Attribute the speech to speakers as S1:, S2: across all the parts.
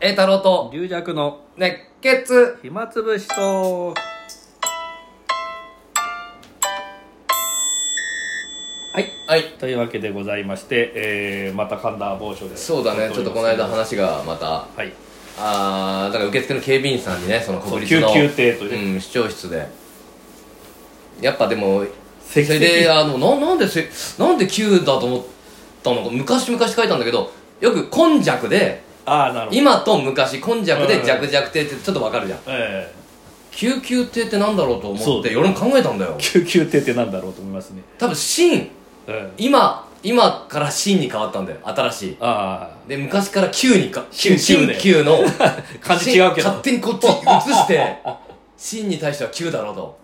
S1: 栄太郎と
S2: 龍弱の
S1: 熱血
S2: 暇つぶしとはい
S1: はい
S2: というわけでございまして、えー、また神田某所で
S1: そうだねちょっとこの間話がまた
S2: はい
S1: あーだから受付の警備員さんにねその
S2: そう
S1: 国立
S2: 救
S1: の
S2: 急艇という、
S1: うん、市長室でやっぱでもそ
S2: 積
S1: れ
S2: 々
S1: であのななんでせなんで9だと思ったのか昔々書いたんだけどよく「今弱」で
S2: ああなるほど
S1: 今と昔「今弱」
S2: うん
S1: で「
S2: うん
S1: 弱弱亭」ってちょっとわかるじゃん
S2: え
S1: 救急艇ってなんだろうと
S2: そ
S1: 思っ
S2: う
S1: て俺も考えたんだよ
S2: ー、救急艇ってなんだろうと思いますね、
S1: 多分「新
S2: え」ー、
S1: 今今から「新」に変わったんだよ新しい
S2: あ
S1: で昔から「旧」にか「
S2: 旧
S1: 旧」
S2: 旧ね
S1: 新旧 の
S2: 漢字違うけど
S1: 勝手にこっちに移して「新」に対しては「旧」だろうと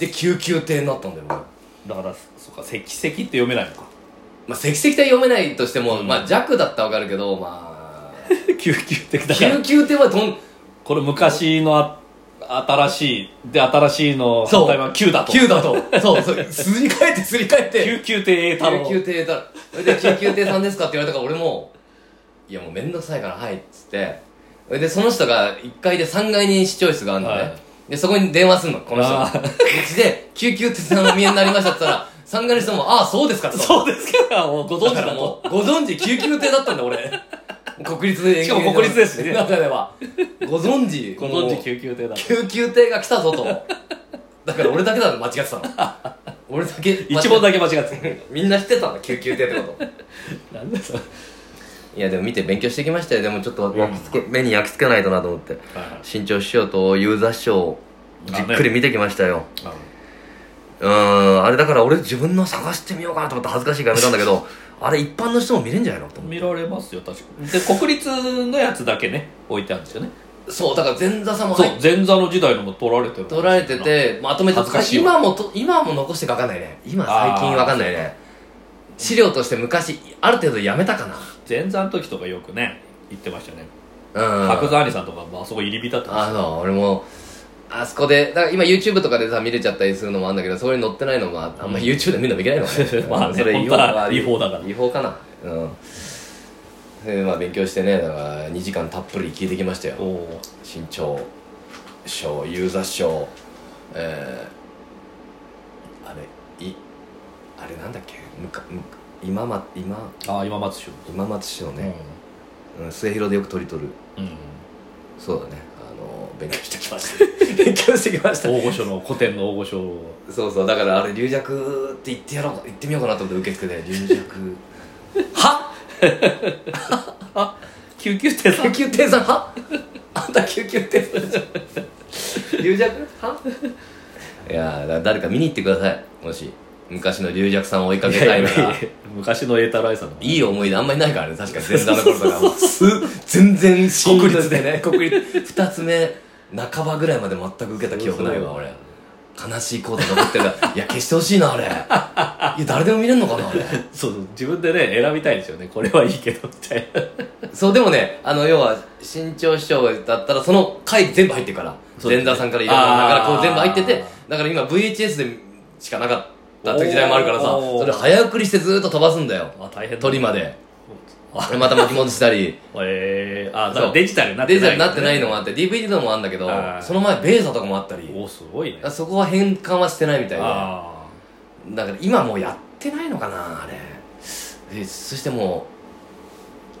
S1: で救急艇になったんだよ俺
S2: あだからそうか積々って読めないのか
S1: まあ、積々体読めないとしても、
S2: うん
S1: まあ弱だったらわかるけど、まあ、
S2: 救急艇だから
S1: 救急艇はとん、
S2: これ昔のあ新しいで新しいの
S1: そう
S2: 反対は9だと
S1: 急だと。そう、そう、すり替えてすり替えて。
S2: 救急艇栄太 郎
S1: 救急艇だ。それで、救急艇さんですかって言われたから、俺も、いやもうめんどくさいから、はい、っつって。それで、その人が1階で3階に視聴室があるのね。
S2: はい
S1: で、そこに電話すんの、この人
S2: あ
S1: が。
S2: ー
S1: うち で、救急艇さんお見えになりましたって言ったら、3階の人も、ああ、そうですかって。
S2: そうです からもうご
S1: ご
S2: 存
S1: 存知
S2: 知だ
S1: だ
S2: と
S1: もうご存知救急艇だったんだ俺国立演芸場
S2: しかも国立ですし ね
S1: 中ではご存知
S2: ご存知
S1: もう
S2: 救急 艇だと
S1: 救急艇が来たぞとだから俺だけだと間違ってた の俺だけ
S2: 一問
S1: だ
S2: だけ間違ってる
S1: みんな知ってたんだ救急艇ってこと
S2: なんだそれ
S1: いやでも見て勉強してきましたよでもちょっと焼き付け、目に焼き付けないとなと思って新潮師匠とユーザー師匠をじっくり見てきましたよ、うーんあれだから俺自分の探してみようかなと思って恥ずかしいからやめたんだけ どあれ一般の人も見れんじゃないのと思って
S2: 見られますよ確かにで国立のやつだけね置いてあるんですよね
S1: そうだから前座さんも
S2: そう
S1: 入っ
S2: 前座の時代のも取られてる
S1: 取られててまとめて
S2: 恥ずかしいわ
S1: 今もと今も残してかかんないね今最近わかんないね資料として昔ある程度やめたかな
S2: 前座の時とかよくね行ってましたね
S1: うん
S2: 白山兄さんとかもあそこ入り浸ってまし
S1: あの俺もあそこでだから今 YouTube とかでさ見れちゃったりするのもあるんだけどそこに載ってないのもああんま YouTube で見るのもいけないのか
S2: まあね
S1: それ
S2: 本当は違法だから
S1: 違法かなうんでまあ勉強してねだから2時間たっぷり聞いてきましたよ
S2: たおお
S1: 身長賞ユーザー賞えー、あれいあれなんだっけむかむか今ま今
S2: ああ今松春
S1: 今松賞ね、うん、末広でよく取り取る
S2: うんうん
S1: そうだねあの勉強してきました勉強してきました
S2: 大御所の古典の大御所を
S1: そうそうだからあれ龍弱って言ってやろうか言ってみようかなと思って受付で龍 弱は
S2: 救急艇さん
S1: 救急艇さんは あんた救急艇さんじゃん龍尺はいやーだ誰か見に行ってくださいもし昔の龍尺さんを追いかけたい ならいい
S2: 昔のエータライさんの
S1: 思い出あんまりないからね確かに前座の頃とかもうす全然
S2: 新
S1: 国立でね国立2つ目半ばぐらいまで全く受けた記憶ないわ俺悲しいコード残ってるからいや消してほしいなあれいや誰でも見れんのかなあれ
S2: そうそう自分でね選びたいですよねこれはいいけどみたいな
S1: そうでもねあの要は新潮師匠だったらその回全部入ってるから
S2: そうで
S1: 前
S2: すね
S1: 座さんからいろんなだからこ
S2: あー
S1: う全部入っててだから今 VHS でしかなかった時代もあるからさ
S2: おー
S1: それ早送りしてずーっと飛ばすんだよ
S2: あ大変
S1: 鳥
S2: ま
S1: まで
S2: あ
S1: また巻き戻した り
S2: えー、あだか
S1: そ
S2: ら
S1: う
S2: デジタルになって
S1: デ
S2: ない
S1: ジタルになってないのもあって DVD のもあるんだけど
S2: あー
S1: その前ベーザとかもあったり
S2: おすごいね
S1: そこは変換はしてないみたいな
S2: あ
S1: だから今もうやってないのかなあれえそしても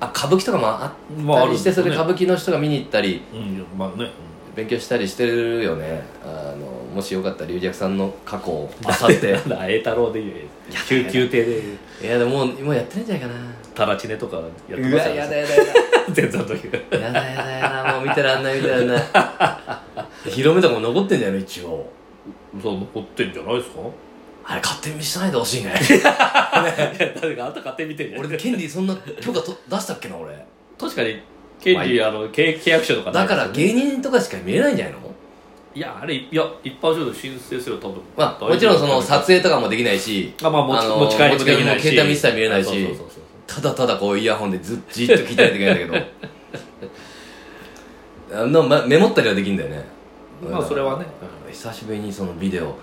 S1: うあ歌舞伎とかもあ
S2: ーま
S1: ったりして
S2: ある
S1: そ
S2: んで
S1: れ
S2: す
S1: 歌
S2: よね
S1: 舞伎の人が見に行ったり
S2: うんまあね
S1: 勉強したりしてるよねあのもしよかったら龍尺さんの過去をあさって
S2: なんだ栄太郎で言え救急艇で
S1: いやでももうもうやってないんじゃないかな
S2: タラチネとかやってま
S1: う
S2: し
S1: わ
S2: た
S1: やだ
S2: ね
S1: やだやだ
S2: 前座の時
S1: やだやだやだもう見てらんない見てらん ない広めとかも残ってんだよね一応
S2: そう残ってんじゃないですか
S1: あれ勝手に見せないでほしいね
S2: 誰かあんた勝手に見てるじゃん
S1: 俺権利そんな許可と出したっけな俺
S2: 確かに権利あの契契約書とか
S1: だ
S2: ないで
S1: か
S2: すよね
S1: ら芸人とかしか見れないんじゃないの
S2: いやあれいや一般書で申請すれば多分
S1: まあもちろんその撮影とかもできないし
S2: あまあ持ち,、
S1: あの
S2: 持ち帰りもできない
S1: 持ち
S2: し
S1: 帰りも携帯見せたら見れないし
S2: そうそうそう
S1: ただただこうイヤホンでずっじっと聞いてないといけないんだけ どあの、ま、メモったりはできるんだよね
S2: そうまあそれはね
S1: 久しぶりにそのビデオ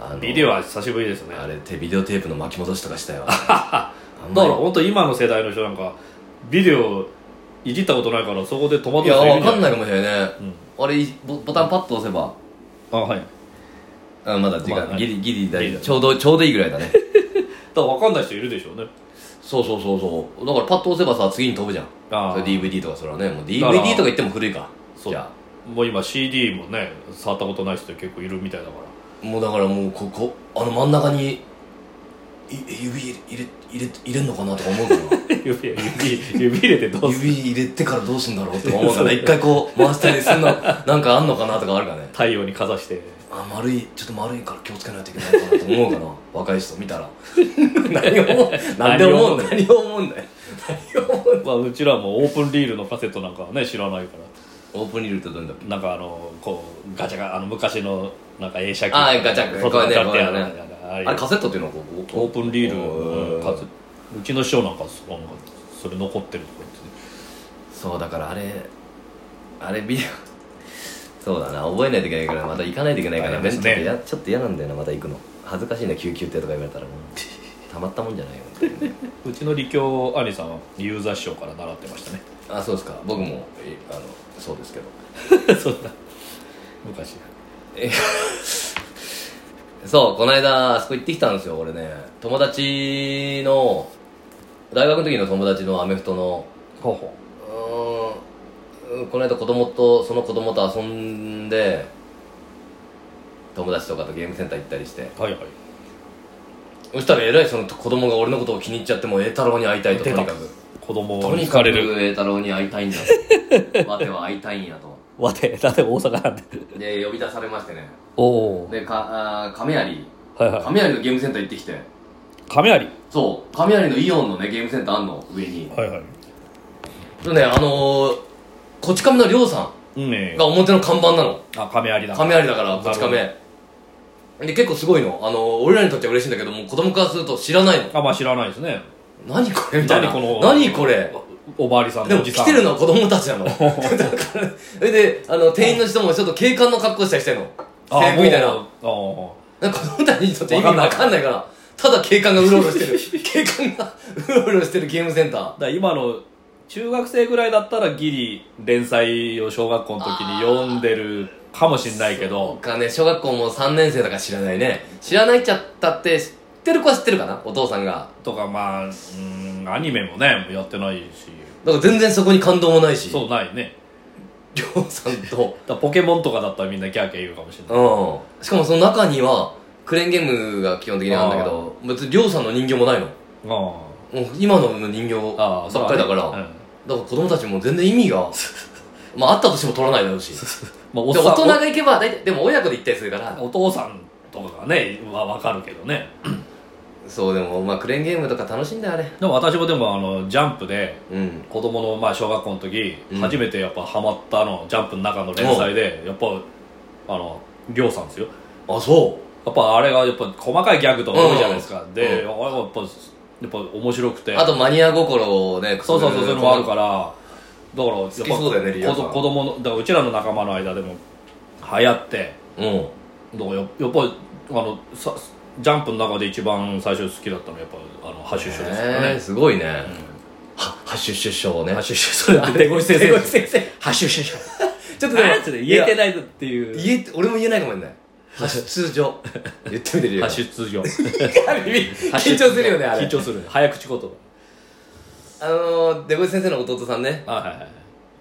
S1: あの
S2: ビデオは久しぶりですね
S1: あれってビデオテープの 巻き戻しとかしたよあんま
S2: だか
S1: り
S2: ら本当今の世代の人なんかビデオいじったことないからそこで戸惑っ
S1: い
S2: てる
S1: や
S2: 人る
S1: 分
S2: じ
S1: かんない
S2: ゃ
S1: かもしれないね、あれボボタンパッと押せば
S2: あはいだか
S1: あまだ時間、
S2: まあ
S1: ギリギリだ
S2: ギリだ
S1: ちょうどちょうどいいぐらいだ ね
S2: ら分かんない人いるでしょうね
S1: そうそうそうそうだからパッと押せばさ次に飛ぶじゃん
S2: あ
S1: そ
S2: あ
S1: れ DVD とかそれはねもう
S2: だから
S1: DVD とか言っても古いか
S2: そう
S1: じゃ
S2: もう今 CD もね触ったことない人結構いるみたいだから
S1: あもうだからもうここあの真ん中にい指入れ入れ入れんのかなとか思うから
S2: 指指指入れてどうする
S1: 指入れてからどうすんだろうとか思うから一回こう回したりするの なんかあんのかなとかあるからね
S2: 太陽にかざして
S1: あ丸いちょっと丸いから気をつけないといけないかなと思うか な若い人見たら何を思う何で思うんだよ何を思うんだよ
S2: まあうちらもオープンリールのカセットなんかはね知らないから
S1: オープンリールってどれだっけ
S2: なんかあのこうガチャガあの昔のなんか映写機
S1: ああガチャ
S2: そう
S1: こうね
S2: ガチャって
S1: こうね
S2: あのなんかあれ
S1: あれカセットっていうのはこう
S2: オープンリールのカ
S1: カセ
S2: セットうちの師匠なんかそなんかそれ残ってるとか言って
S1: そうだからあれあれビデオそうだな覚えないといけないからまた行かないといけないから
S2: 大変です
S1: ちょ
S2: ね
S1: っとやちょっと嫌なんだよなまた行くの恥ずかしいな救急ってとか言われたらもうたまったもんじゃないよ本当にね
S2: うちの理教兄さんはユーザー師匠から習ってましたね
S1: あそうですか僕もえあのそうですけど
S2: そうだ昔
S1: そうこの間あそこ行ってきたんですよ俺ね友達の大学の時の友達のアメフトの
S2: ほうほ
S1: うーんうんこの間子供とその子供と遊んで友達とかとゲームセンター行ったりして
S2: うはいはい
S1: そしたらえらいその子供が俺のことを気に入っちゃってもう栄太郎に会いたいとと
S2: 出た
S1: にかく
S2: 子供
S1: と
S2: を
S1: に
S2: 惹
S1: か
S2: か
S1: く
S2: れる
S1: 栄太郎に会いたいんだ わては会いたいんやと
S2: わて だって大阪なんで
S1: で呼び出されましてね
S2: おお
S1: でかあー亀有
S2: はいはい
S1: 亀有のゲームセンター行ってきて
S2: 亀有
S1: そう亀有のイオンのねゲームセンターあんの上に
S2: はいはい
S1: でねあのー、こち亀のりょうさ
S2: うんね
S1: んが表の看板なの
S2: あ亀有だ
S1: 亀有だからこち
S2: な
S1: 亀で結構すごいのあのー俺らにとっては嬉しいんだけどもう子供からすると知らないの
S2: あまあ知らないですね
S1: 何これみたいな
S2: 何この
S1: 何これ
S2: おばありさん
S1: で
S2: の
S1: も
S2: おじ
S1: 来
S2: さん
S1: てるのは子供たち なのだからそれであの店員の人もちょっと警官の格好したりしてんの
S2: あ
S1: 制服みたい
S2: も
S1: な
S2: うあも
S1: なんか子供たちにとって意味わかんないからただ警官がうろうろしてる警官がうろうろしてるゲームセンター
S2: うだから今の中学生ぐらいだったらギリ連載を小学校の時に読んでるかもしんないけど
S1: かね小学校も3年生だから知らないね知らないっちゃったって知ってる子は知ってるかなお父さんが
S2: とかまあうんアニメもねやってないし
S1: だから全然そこに感動もないし
S2: そうないね
S1: りょうさんと
S2: だからポケモンとかだったらみんなキャーキャー言うかもしれない
S1: うんしかもその中にはクレーンゲームが基本的にあるんだけど別にりょうさんの人形もないの
S2: あ
S1: もう今の人形
S2: ああ
S1: ば
S2: あ
S1: っかりだから、
S2: そうねうん
S1: だから子供たちも全然意味がまああったとしても取らないだろうし
S2: まあ、お
S1: で
S2: さ
S1: 大人が行けば大体でも親子で行ったりするから
S2: おお父さんとかがねは分かるけどね
S1: そうでもまあクレーンゲームとか楽しいんだよあれ
S2: でも私もでもあのジャンプで
S1: うん
S2: 子供のまあ小学校の時、
S1: うん
S2: 初めてやっぱハマったあのジャンプの中の連載でやっぱあのりょうさんですよ
S1: あそ
S2: やっぱあれがやっぱ細かいギャグとか多いじゃないですか、
S1: うん
S2: で、
S1: う
S2: あれがやっぱやっぱ面白くて
S1: うあとマニア心をねくす
S2: そ
S1: ぐ
S2: うそうそうそういうのもあるからだからやっぱ
S1: きそうだよねリアさん
S2: 子子供のだからうちらの仲間の間でも流行って
S1: うん
S2: だからややっぱりあのさジャンプの中で一番最初好きだったのはやっぱあのハッシュシュですから
S1: ね
S2: ね
S1: え、すごいね、はハッシュシュショーね
S2: ハッシュシュそれって手越し先生ハッシュシュシュ
S1: ちょっとでも
S2: なんつって言えてないっていう
S1: 言えて俺も言えないかもね発出所 言ってみてるよ
S2: 発出 場
S1: 緊張するよねあれ
S2: 緊張する早口言葉
S1: あのー出越先生の弟さんね
S2: あはいはいはい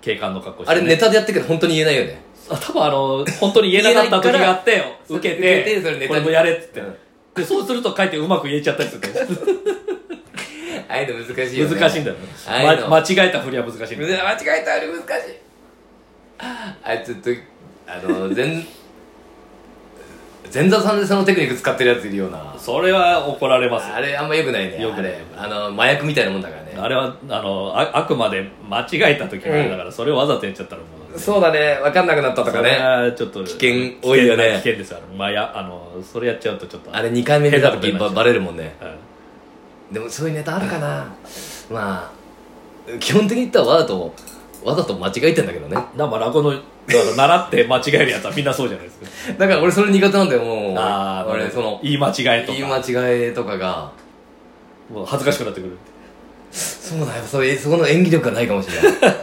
S2: 警官の格好して
S1: あ
S2: ね
S1: れネタでやってるけど本当に言えないよね
S2: あ多分あの本当に言えなかった時があって
S1: 言えないから
S2: 受け
S1: 受けてそれネタ
S2: て
S1: に
S2: これもやれっつって
S1: うん
S2: でそうすると書いてうまく言えちゃったりするから
S1: ああいうの難しいよね
S2: 難しいんだよ
S1: ああいうの
S2: ま間違えたふりは難しいん
S1: む
S2: だ
S1: ず
S2: よ
S1: 間違えたあれ難しいあいつとあのー前前座さんでそのテクニック使ってるやついるような
S2: それは怒られますよ
S1: あれあんまよくないね
S2: 良くない
S1: あれあの麻薬みたいなもんだからね
S2: あれはあのああくまで間違えた時があるんだから、それをわざとやっちゃったらもう
S1: そうだね分かんなくなったとか
S2: それ
S1: ね
S2: はちょっと危
S1: 険多いよね
S2: 危険ですよあのまあやあのそれやっちゃうとちょっと
S1: あれ2回目出た時
S2: 変なこと
S1: ば
S2: に
S1: バレ
S2: なっちゃう
S1: るもんね
S2: うん
S1: でもそういうネタあるかなまあ基本的に言ったらわざとわざと間違えてんだけどね
S2: だから落語の だから習って間違えるやつはみんなそうじゃないですか
S1: だから俺それ苦手なんだよもう
S2: ああ
S1: 俺その
S2: 言い間違えと
S1: 言
S2: か
S1: い間違えとかが
S2: もう恥ずかしくなってくる
S1: そうなんやそれそこの演技力がないかもしれない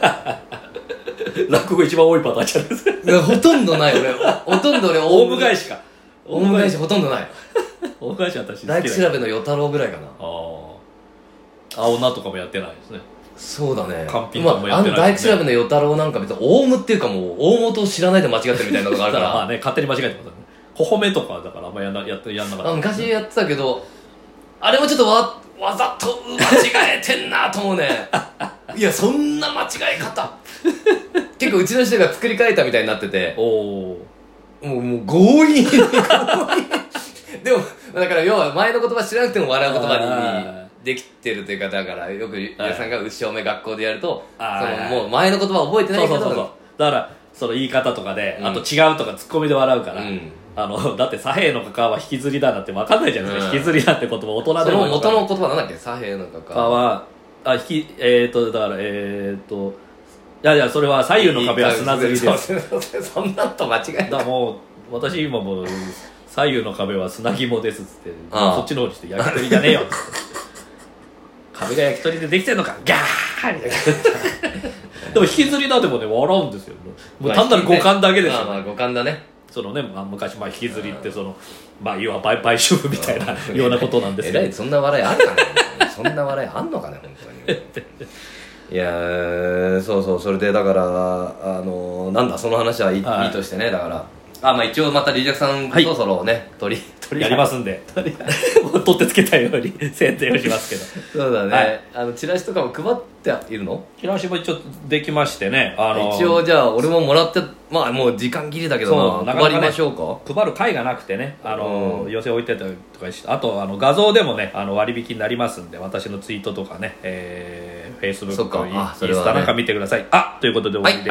S2: 落語一番多いパターンじゃないです か
S1: いやほとんどない俺ほと んど俺
S2: オウム返
S1: し
S2: しか
S1: オウム返し
S2: オ
S1: ほとんどない
S2: ウム返し私好
S1: 大
S2: き
S1: 工
S2: だ
S1: 調
S2: よ
S1: べの与太郎ぐらいかな
S2: ああ青菜とかもやってないですね
S1: そうだね
S2: 完品とかも
S1: まあ、
S2: や
S1: あ
S2: って
S1: の
S2: ない
S1: 大工調べの与太郎なんか別にオウムっていうかもう大元を知らないで間違ってるみたいなのがある
S2: だ
S1: か
S2: か
S1: ら
S2: まあ
S1: ら
S2: ね勝手に間違えてことだねほほめとかだからあんまやんなやってやんなかった
S1: あ昔やってたけどあれもちょっとわわざと間違えてんなと思うね いやそんな間違え方結構うちの人が作り変えたみたいになってて
S2: おお
S1: もうもう強引に 強引でもだから要は前の言葉知らなくても笑う言葉
S2: あ
S1: にできてるというかだからよく皆さんが「うちおめ学校でやるとそ
S2: あー
S1: のもう前の言葉覚えてな
S2: そう
S1: いけ
S2: そう
S1: ど
S2: そうそうだからその言い方とかで、
S1: うん
S2: あと違うとかツッコミで笑うから、
S1: うん
S2: あの だって左平のカは引きずりだなんて分かんないじゃないですか、
S1: うん
S2: 引きずりだって言葉大人
S1: そ
S2: でも
S1: の元の言葉なんだっけ左平なんか
S2: カ
S1: か
S2: はあ引きえっ、ー、とだからえっ、ー、といやいやそれは左右の壁は砂ずりですだか
S1: そうそうそうそんなんと間違えた
S2: らもう私今もう左右の壁は砂肝ですっつって
S1: ああ
S2: そっちの方にして焼き鳥じゃね えよっつって壁が焼き鳥でできてんのかギャーみたい なでも引きずりだでもね笑うんですよもう単なる五感だけですよ、
S1: まあまあ五感だね
S2: そのね、まあ、昔、まあ、引きずりってその、まあ、要は買買収部みた いな ようなことなんです
S1: え
S2: け
S1: ら
S2: ど
S1: いそんな笑いあるかね そんな笑いあんのかね本当に いやーそうそうそれでだからあのーなんだその話はいい,、
S2: はい
S1: い、いとしてねだからあまあ一応またリージャクさん、
S2: はい
S1: そろそろね取り取り
S2: やりますんで もう取ってつけたように宣伝をしますけど
S1: そうだね、
S2: はい
S1: あのチラシとかも配ってはいるの
S2: チラシも一応できましてねあの
S1: 一応じゃあ俺ももらってまあもう時間切りだけど
S2: そう
S1: な
S2: なかなか
S1: 配
S2: ね
S1: りましょうか
S2: 配る会がなくてねあの、
S1: うん
S2: 寄せ置いてたりとかしあとあの画像でもねあの割引になりますんで私のツイートとかね、えー、
S1: そっか
S2: Facebook
S1: あ
S2: イ
S1: そ
S2: ン
S1: れは
S2: ス
S1: ね
S2: タなんか見てくださいあということで終わり
S1: は
S2: です、
S1: い